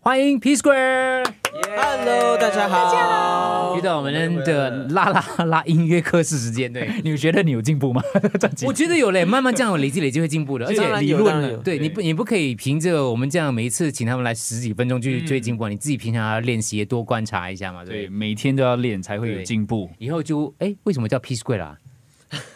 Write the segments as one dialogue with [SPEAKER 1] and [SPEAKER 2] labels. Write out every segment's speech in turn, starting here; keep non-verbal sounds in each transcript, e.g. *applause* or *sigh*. [SPEAKER 1] 欢迎 P Square。
[SPEAKER 2] Hello，大家好
[SPEAKER 1] 又。到我
[SPEAKER 2] 哦
[SPEAKER 1] 们的啦啦啦音乐课室时间，
[SPEAKER 2] *laughs*
[SPEAKER 1] 对，
[SPEAKER 3] 你觉得你有
[SPEAKER 1] *laughs*
[SPEAKER 3] 进步吗？这样子
[SPEAKER 1] 我觉得有嘞，慢慢这样累积累积会进步的，而
[SPEAKER 2] 当
[SPEAKER 1] 且
[SPEAKER 2] 然
[SPEAKER 1] 理
[SPEAKER 2] 有
[SPEAKER 1] 论
[SPEAKER 2] 当然
[SPEAKER 1] 呢
[SPEAKER 2] 有，
[SPEAKER 1] 对，你不你不可以凭着我们这样每一次请他们来十几分钟去就会进步啊，你自己平常要练习多观察一下嘛，对
[SPEAKER 3] 对，
[SPEAKER 1] 不对。
[SPEAKER 3] 每天都要练才会有进步。
[SPEAKER 1] 以后就哎，为什么叫 P Square 啦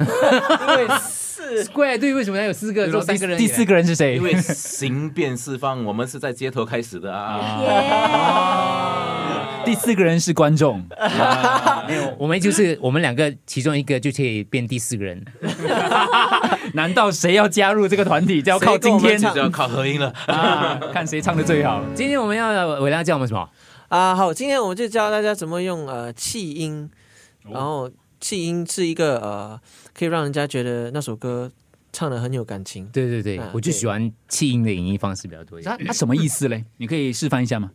[SPEAKER 2] 因为是，
[SPEAKER 1] *laughs* ？Square 对，为什么要有四个，做三个人？
[SPEAKER 3] 第四个人是谁
[SPEAKER 4] *laughs* 因？为形变释放，我们是在街头开始的啊。
[SPEAKER 3] 第四个人是观众。
[SPEAKER 1] 我们就是我们两个其中一个就可以变第四个人，
[SPEAKER 3] 难道谁要加入这个团体，就要靠今天
[SPEAKER 4] 谁跟我们抢就要靠合音了。
[SPEAKER 3] 啊，看谁唱的最好。
[SPEAKER 1] 今天我们要伟亮叫我们什么？
[SPEAKER 2] 啊，好，今天我们就教大家怎么用呃气音，然后气音是一个呃可以让人家觉得那首歌唱的很有感情。
[SPEAKER 1] 对对对
[SPEAKER 2] 啊，
[SPEAKER 1] 我就喜欢气音的演绎方式比较多一
[SPEAKER 3] 他
[SPEAKER 1] 点。
[SPEAKER 3] 他啊什么意思嘞？你可以示范一下吗？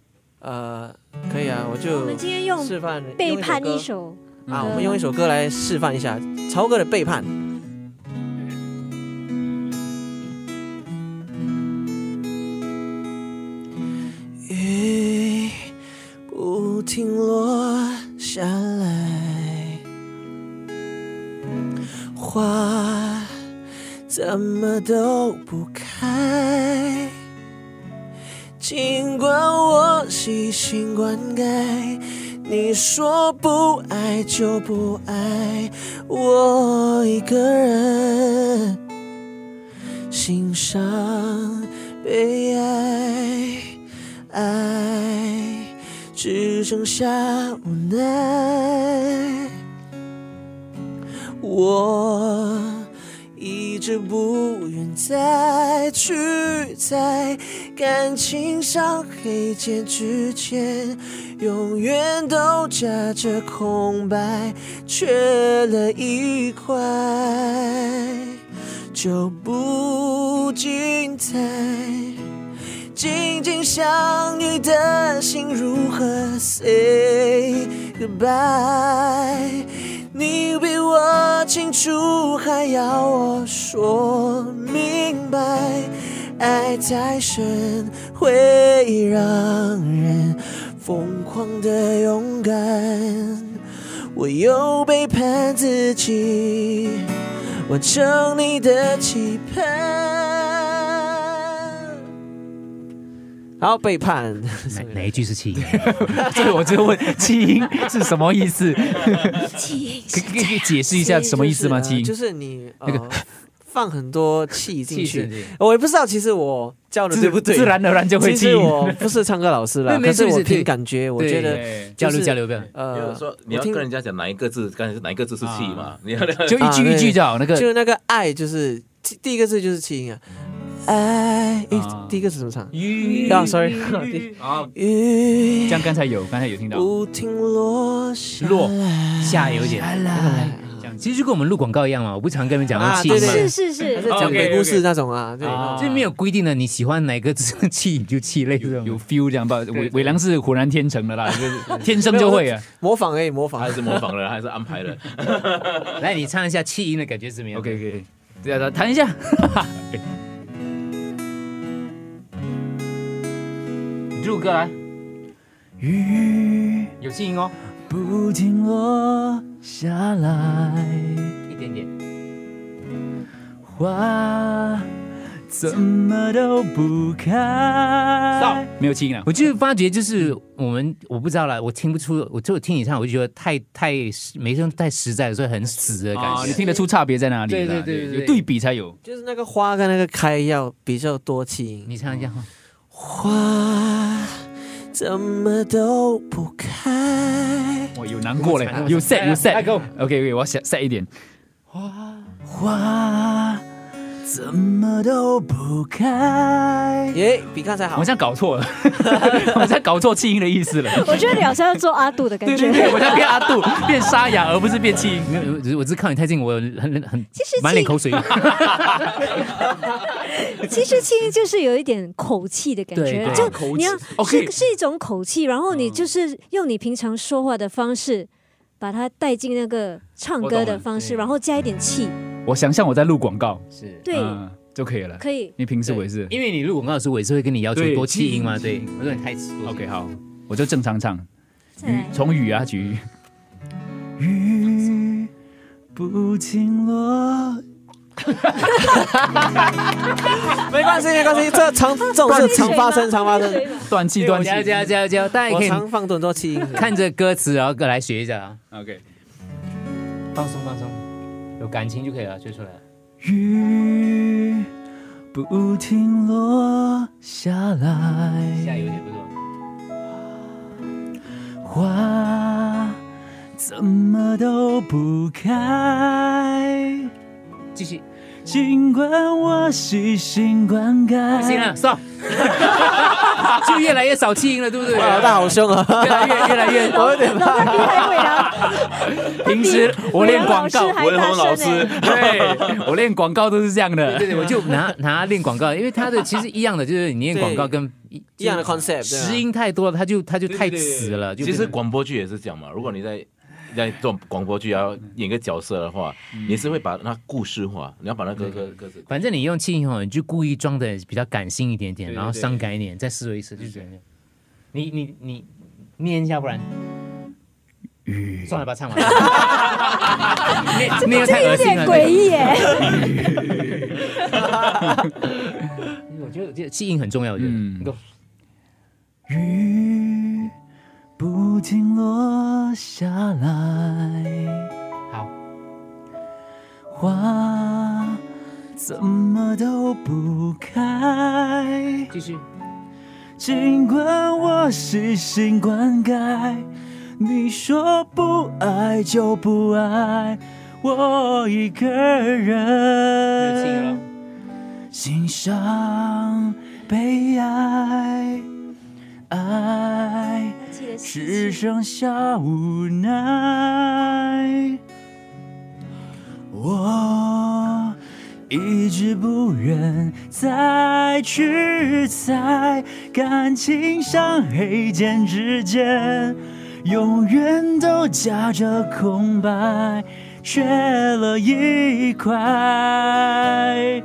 [SPEAKER 2] 呃，可以啊，我就
[SPEAKER 5] 我们今天用
[SPEAKER 2] 示范用
[SPEAKER 5] 背叛
[SPEAKER 2] 一首
[SPEAKER 5] 一首，
[SPEAKER 2] 歌啊，我们用一首歌来示范一下曹哥的背叛。雨不停落下来，花怎么都不开。尽管我细心灌溉，你说不爱就不爱，我一个人欣赏被爱，爱只剩下无奈。我一直不愿再去在感情上黑键之前，永远都夹着空白，缺了一块，就不精彩。紧紧相遇的心如何 say goodbye？你比我清楚，还要我说明白。爱太深会让人疯狂的勇敢，我又背叛自己，完成你的期盼。好，背叛。
[SPEAKER 1] 哪哪一句是气音？
[SPEAKER 3] 所以我就问弃音是什么意思？
[SPEAKER 5] 气
[SPEAKER 3] 可可以可以解释一下什么意思吗？弃
[SPEAKER 2] 就是呃
[SPEAKER 3] 音
[SPEAKER 2] 就是你呃放很多气进
[SPEAKER 1] 气进
[SPEAKER 2] 去
[SPEAKER 1] 去。
[SPEAKER 2] 我也不知道，其实我教的
[SPEAKER 3] 自
[SPEAKER 2] 对不对？
[SPEAKER 3] 自然而然就会
[SPEAKER 2] 其
[SPEAKER 3] 弃
[SPEAKER 2] 实
[SPEAKER 3] 音。
[SPEAKER 2] 我不是唱歌老师啦，
[SPEAKER 1] 没
[SPEAKER 2] 可
[SPEAKER 1] 没
[SPEAKER 2] 是
[SPEAKER 1] 事
[SPEAKER 2] 我
[SPEAKER 1] 没事
[SPEAKER 2] 凭
[SPEAKER 1] 对
[SPEAKER 2] 感觉，我
[SPEAKER 1] 对
[SPEAKER 2] 觉得
[SPEAKER 3] 对
[SPEAKER 1] *laughs* 交
[SPEAKER 2] 就
[SPEAKER 1] 流
[SPEAKER 2] 是
[SPEAKER 1] 交流，不要。
[SPEAKER 4] 比如
[SPEAKER 2] 呃，
[SPEAKER 4] 说你要
[SPEAKER 2] 我听
[SPEAKER 4] 跟人家讲哪一个字，刚才是哪一个字是气嘛？你要
[SPEAKER 3] 就一句一句就好，那
[SPEAKER 2] 就
[SPEAKER 3] 个
[SPEAKER 2] 是那个爱，就是第第一个字就是气音啊，爱。诶
[SPEAKER 3] 啊
[SPEAKER 2] 第一个字怎么唱？
[SPEAKER 3] 鱼
[SPEAKER 2] 啊，sorry，对
[SPEAKER 3] 啊，
[SPEAKER 2] 雨
[SPEAKER 3] 像刚才有，刚才有
[SPEAKER 2] *laughs*
[SPEAKER 3] 听到
[SPEAKER 2] 不停落下
[SPEAKER 1] 落
[SPEAKER 2] 来
[SPEAKER 1] 下有一点
[SPEAKER 2] 下来
[SPEAKER 3] 这样子。
[SPEAKER 1] 其实就跟我们录广告一样嘛，我不常跟你们讲用
[SPEAKER 2] 啊
[SPEAKER 1] 气
[SPEAKER 2] 对
[SPEAKER 1] 音
[SPEAKER 2] 对
[SPEAKER 1] 嘛，
[SPEAKER 2] 对
[SPEAKER 5] 是是
[SPEAKER 2] 还是
[SPEAKER 5] 是，
[SPEAKER 2] 讲
[SPEAKER 3] OK，OK
[SPEAKER 2] 鬼故事那种啊，对，
[SPEAKER 3] 啊
[SPEAKER 1] 就没有规定的你喜欢哪个字气你就气类似
[SPEAKER 3] 有
[SPEAKER 1] 的
[SPEAKER 3] 有
[SPEAKER 1] 嘛。
[SPEAKER 3] feel 这样吧，
[SPEAKER 1] 对
[SPEAKER 3] 伟伟良是浑然天成的啦，就是天生就会啊。
[SPEAKER 2] 模仿而已，模仿
[SPEAKER 4] *laughs* 还。是模仿了，还是安排了？
[SPEAKER 1] 来，你唱一下气音的感觉怎么样
[SPEAKER 3] OK OK，对啊，弹一下。 *laughs*
[SPEAKER 1] 你入歌来，
[SPEAKER 3] 雨
[SPEAKER 1] 有气音哦，
[SPEAKER 3] 不停落下来，
[SPEAKER 1] 一点点。
[SPEAKER 3] 花怎么都不开。没有气音了，
[SPEAKER 1] 我就发觉就是我们我不知道啦，我听不出，我就听你唱，我就觉得太太没声太实在了，所以很死的感
[SPEAKER 3] 啊，你
[SPEAKER 1] 觉。
[SPEAKER 3] 听得出差别在哪里
[SPEAKER 1] 对
[SPEAKER 3] 啦？
[SPEAKER 1] 对对对对
[SPEAKER 3] 有对比才有。
[SPEAKER 2] 就是那个花跟那个开要比较多气音。
[SPEAKER 1] 你唱一下哈，
[SPEAKER 2] 花怎么都不开，
[SPEAKER 3] 哇，有难过嘞嗯
[SPEAKER 1] 我们，
[SPEAKER 3] 有 sad 有 sad
[SPEAKER 1] 来。go
[SPEAKER 3] OK OK，我要 sad sad 一点。花花怎么都不开。
[SPEAKER 2] 耶、比刚才
[SPEAKER 3] 我
[SPEAKER 2] 好
[SPEAKER 3] 们。像搞错了， *laughs* 我们像搞错气音的意思 *laughs* 了。
[SPEAKER 5] 我觉得你好像要做阿杜的感
[SPEAKER 3] 对对
[SPEAKER 5] 觉。
[SPEAKER 3] 对，我在变阿杜，变沙哑，而不是变气音。
[SPEAKER 1] 没有，我只是我只是靠你太近，我很很很
[SPEAKER 5] 实
[SPEAKER 1] 满脸口水。
[SPEAKER 5] 其实气就是有一点口气的感
[SPEAKER 1] 对
[SPEAKER 5] 觉，
[SPEAKER 1] 对
[SPEAKER 5] 就
[SPEAKER 3] 口
[SPEAKER 5] 你要
[SPEAKER 3] 气
[SPEAKER 5] 是
[SPEAKER 3] OK
[SPEAKER 5] 是一种口气，然后你就是用你平常说话的方式。把它带进那个唱歌的方
[SPEAKER 1] 我懂
[SPEAKER 5] 式，
[SPEAKER 1] 了
[SPEAKER 5] 然后加一点气，
[SPEAKER 3] 我想象我在录广告，
[SPEAKER 1] 是，
[SPEAKER 5] 对，
[SPEAKER 3] 嗯就可以了。
[SPEAKER 5] 可以。
[SPEAKER 3] 你平时我也是
[SPEAKER 1] 因为你录广告的时候，我也是会跟你要求
[SPEAKER 3] 对
[SPEAKER 1] 多气音嘛，
[SPEAKER 3] 气
[SPEAKER 1] 对
[SPEAKER 3] 音，
[SPEAKER 1] 我说你开始多气
[SPEAKER 3] ，OK，好，我就正常唱。
[SPEAKER 5] 再
[SPEAKER 3] 雨
[SPEAKER 5] 来
[SPEAKER 3] 从雨啊，举雨不停落，
[SPEAKER 2] 没关系，没关系，这常这种事常发生，常发生。
[SPEAKER 3] 断气
[SPEAKER 1] 对我
[SPEAKER 3] 断
[SPEAKER 1] 们
[SPEAKER 3] 气。
[SPEAKER 1] 加油加油加油加油！大家
[SPEAKER 2] 我
[SPEAKER 1] 也可
[SPEAKER 2] 常
[SPEAKER 1] 以
[SPEAKER 2] 放很多气音的。
[SPEAKER 1] 看着歌词，然后来学一下啊，
[SPEAKER 3] OK，
[SPEAKER 1] 放松放松，有感情就可以了，学出来了。
[SPEAKER 3] 雨不停落下
[SPEAKER 1] 下
[SPEAKER 3] 来，
[SPEAKER 1] 有点不错，
[SPEAKER 3] 花怎么都不开。
[SPEAKER 1] 继续，
[SPEAKER 3] 尽管我细心灌
[SPEAKER 1] 不行
[SPEAKER 2] 哎
[SPEAKER 3] 溉，
[SPEAKER 1] 了，stop，就越来越少气音了，对不对？
[SPEAKER 2] 哇，老大好凶
[SPEAKER 1] *laughs*
[SPEAKER 2] 啊！
[SPEAKER 1] 越来越越来越，
[SPEAKER 2] *laughs* 我有点怕。
[SPEAKER 5] 他比海伟良，
[SPEAKER 3] 平时我练广告，
[SPEAKER 5] 伟
[SPEAKER 4] 文
[SPEAKER 5] 良
[SPEAKER 4] 宏
[SPEAKER 5] 老
[SPEAKER 4] 老
[SPEAKER 5] 师还大声欸
[SPEAKER 4] 师，
[SPEAKER 3] 对我练广告都是这样的
[SPEAKER 1] 对。对，我就拿拿练广告，因为他的其实一样的，就是你念广告跟
[SPEAKER 2] 一样的 concept，对啊
[SPEAKER 1] 时音太多了，他就他就太死了。就
[SPEAKER 4] 其实
[SPEAKER 1] 变成
[SPEAKER 4] 广播剧也是这样嘛。如果你在在做广播剧要演个角色的话，你是会把那故事化，你要把那个歌歌词。
[SPEAKER 1] 反正你用气音吼，你就故意装的比较感性一点点，
[SPEAKER 3] 对对
[SPEAKER 1] 然后伤感一点，再思维一次，就这样。你你你念一下，不然
[SPEAKER 3] 雨
[SPEAKER 1] 算了吧，唱完了。 *laughs* 念念又
[SPEAKER 5] 这
[SPEAKER 1] 太
[SPEAKER 5] 个有
[SPEAKER 1] 恶心
[SPEAKER 5] 点
[SPEAKER 1] 了。
[SPEAKER 5] 诡异耶。
[SPEAKER 1] 那个我觉得这气音很重要，我觉得。
[SPEAKER 3] 嗯
[SPEAKER 1] 你给我
[SPEAKER 3] 雨不停落下来，
[SPEAKER 1] 好，
[SPEAKER 3] 花怎么都不开。
[SPEAKER 1] 继续。
[SPEAKER 3] 尽管我细心灌溉，你说不爱就不爱，我一个
[SPEAKER 5] 嗯
[SPEAKER 1] 没有气了
[SPEAKER 3] 人欣赏被爱，爱
[SPEAKER 5] 记得
[SPEAKER 3] 只剩下无奈。我一直不愿再去猜，感情像黑键之间，永远都夹着空白，缺了一块。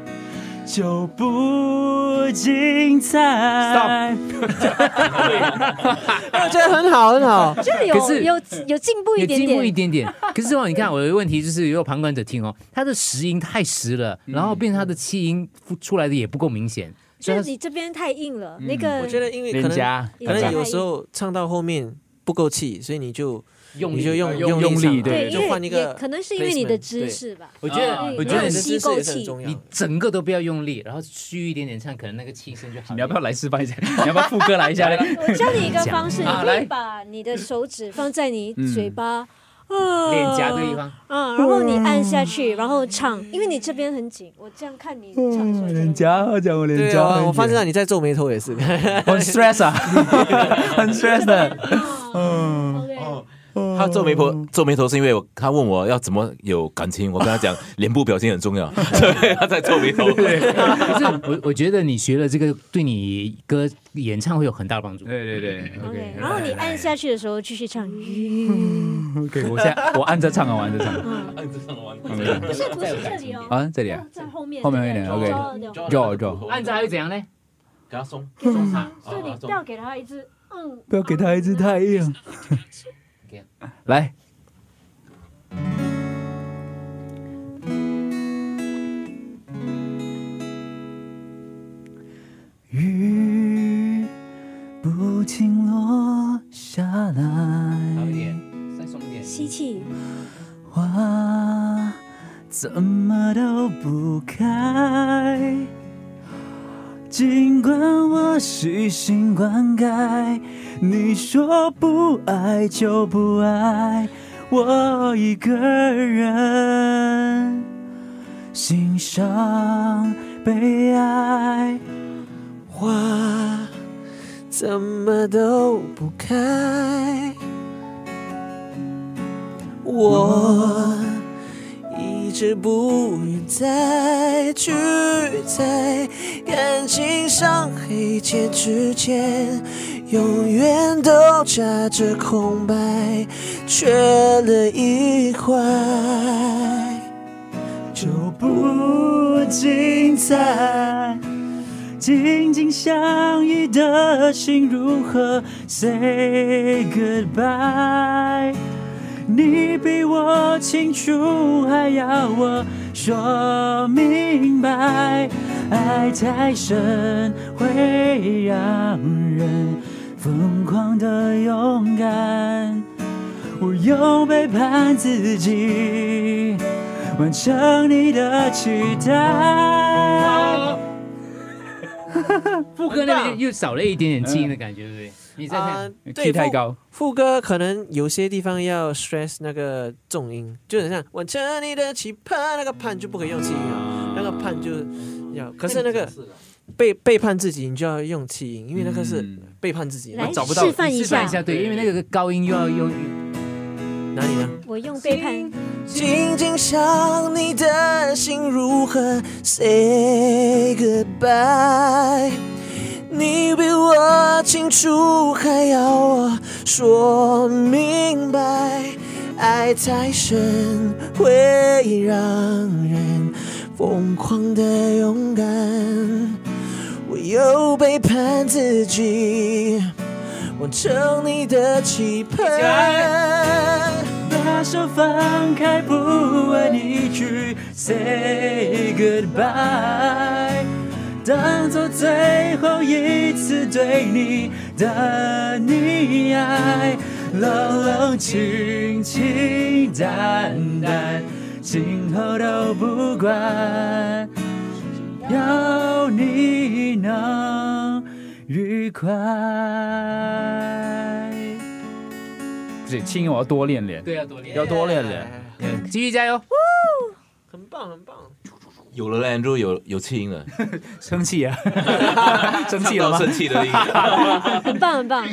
[SPEAKER 3] 就不精彩。
[SPEAKER 2] 我觉得很好，很好。
[SPEAKER 5] 这里有
[SPEAKER 1] 可是
[SPEAKER 5] 有有进步一
[SPEAKER 1] 也
[SPEAKER 5] 点
[SPEAKER 1] 进步一
[SPEAKER 5] 点，
[SPEAKER 1] 点
[SPEAKER 5] *laughs*
[SPEAKER 1] 点。可是哦，你看我的问题就是，如果旁观者听哦，他的实音太实了，然后变成他的气音出来的也不够明显，所
[SPEAKER 5] 就
[SPEAKER 1] 以
[SPEAKER 5] 是
[SPEAKER 1] 他
[SPEAKER 5] 你这边太硬了，那
[SPEAKER 2] 我
[SPEAKER 5] 个
[SPEAKER 2] 觉得因为可能可能有时候唱到后面不够气，所以你就
[SPEAKER 1] 用
[SPEAKER 2] 你就用
[SPEAKER 3] 用
[SPEAKER 2] 力
[SPEAKER 3] 用力
[SPEAKER 2] 上
[SPEAKER 3] 对
[SPEAKER 5] 对，因
[SPEAKER 2] 就换
[SPEAKER 5] 为
[SPEAKER 2] 一
[SPEAKER 5] 也
[SPEAKER 2] 个
[SPEAKER 5] 可能是因为你的
[SPEAKER 2] placement，
[SPEAKER 5] 知
[SPEAKER 2] 对
[SPEAKER 5] 识吧。
[SPEAKER 1] 我觉得
[SPEAKER 5] 嗯
[SPEAKER 1] 我觉得
[SPEAKER 5] 因为
[SPEAKER 2] 你
[SPEAKER 1] 你
[SPEAKER 2] 的
[SPEAKER 5] 吸
[SPEAKER 2] 姿势
[SPEAKER 5] 够
[SPEAKER 2] 也是很
[SPEAKER 5] 气
[SPEAKER 2] 重要
[SPEAKER 1] 你
[SPEAKER 2] 的。
[SPEAKER 1] 整个都不要用力，然后虚一点点唱，可能那个气声就好。
[SPEAKER 3] 你要不要来示范一下？ *laughs* 你要不要副歌来一下 *laughs* 嘞？
[SPEAKER 5] 我教你一个方式，你
[SPEAKER 1] 啊
[SPEAKER 5] 可以
[SPEAKER 1] 来
[SPEAKER 5] 把你的手指放在你嘴巴、
[SPEAKER 1] 脸
[SPEAKER 5] 脸
[SPEAKER 1] 颊的地，方？
[SPEAKER 5] 嗯，然后你按下去，然后唱，因为你这边很紧，我这样看你唱出来。
[SPEAKER 3] 脸颊，我讲我脸
[SPEAKER 2] 对
[SPEAKER 3] 颊
[SPEAKER 2] 啊，
[SPEAKER 3] 很
[SPEAKER 2] 我发现
[SPEAKER 3] 痒
[SPEAKER 2] 到你在皱眉头也是。
[SPEAKER 3] 很 stress 啊，很 stress 的。
[SPEAKER 5] 嗯，OK，
[SPEAKER 4] 他皱眉头，皱眉头是因为我他问我要怎么有感情，我跟他讲脸部表情很重要，所以他在皱眉头。 *laughs*
[SPEAKER 1] 可是我我觉得你学了这个，对你歌演唱会有很大的帮助。
[SPEAKER 3] 对对对
[SPEAKER 5] OK，然后你按下去的时候继续唱，
[SPEAKER 3] ，OK，我现在我按着唱啊，我按着唱
[SPEAKER 5] 不是不是这里哦，
[SPEAKER 3] 啊，这里啊
[SPEAKER 5] 要在后面
[SPEAKER 3] 后面有一点
[SPEAKER 5] 这个
[SPEAKER 3] OK
[SPEAKER 5] 抓了两个
[SPEAKER 3] ，draw draw，
[SPEAKER 1] 按着还会怎样呢？
[SPEAKER 4] 给他哦松，
[SPEAKER 1] 松散。
[SPEAKER 4] 啊
[SPEAKER 5] 所以你不要给他一只嗯，
[SPEAKER 3] 不要给他一只太硬
[SPEAKER 1] OK。
[SPEAKER 3] 来，雨不停落下
[SPEAKER 1] 好一
[SPEAKER 3] 来。
[SPEAKER 1] 点，再松一点。
[SPEAKER 5] 吸气，
[SPEAKER 3] 花怎么都不开。尽管我细心灌溉，你说不爱就不爱，我一个人欣赏被爱。
[SPEAKER 2] 花怎么都不开，我一直不愿再去猜，感情像黑键之间，永远都夹着空白，缺了一块。
[SPEAKER 3] 就不精彩。紧紧相依的心如何 say goodbye？你比我清楚，还要我说明白。爱太深会让人疯狂的勇敢，我又背叛自己，完成你的期待。
[SPEAKER 1] *laughs* 副歌那边又少了一点点基因的感觉，对不对？你再
[SPEAKER 2] 啊
[SPEAKER 1] 看，，
[SPEAKER 2] 对，
[SPEAKER 3] key 太
[SPEAKER 2] 副
[SPEAKER 3] 高，
[SPEAKER 2] 副歌可能有些地方要 stress 那个重音，就很像完成你的期盼，那个盼就不可以用气音啊，那个盼就要。可是那个背背叛自己，你就要用气音，因为那个是
[SPEAKER 3] 嗯
[SPEAKER 2] 背叛自己。
[SPEAKER 5] 来
[SPEAKER 3] 找不到
[SPEAKER 5] 示范
[SPEAKER 1] 哎示范一下，
[SPEAKER 5] 下，
[SPEAKER 1] 对，因为那个高音又要用
[SPEAKER 2] 哪里呢？
[SPEAKER 5] 我用背 *laughs* 叛，
[SPEAKER 2] 紧紧想你的心如何 say goodbye？你比我清楚，还要我说明白，爱太深会让人疯狂的勇敢，我又背叛自己，完成你的期盼。
[SPEAKER 3] 把手放开，不为你去 say goodbye，当做最后一次对你的溺爱，冷冷清清淡淡，今后都不管，要你能愉快。不是，轻音我要多练练。
[SPEAKER 1] 对要多练
[SPEAKER 3] 要
[SPEAKER 4] 哦
[SPEAKER 3] 多练练。
[SPEAKER 1] 继续加油。
[SPEAKER 2] 很棒，很棒。
[SPEAKER 4] 有了 Andrew 有有气音了，
[SPEAKER 3] 生气啊！ *laughs* 生气了
[SPEAKER 4] 到
[SPEAKER 3] 吗？
[SPEAKER 4] 生气的音。
[SPEAKER 5] 很棒很棒。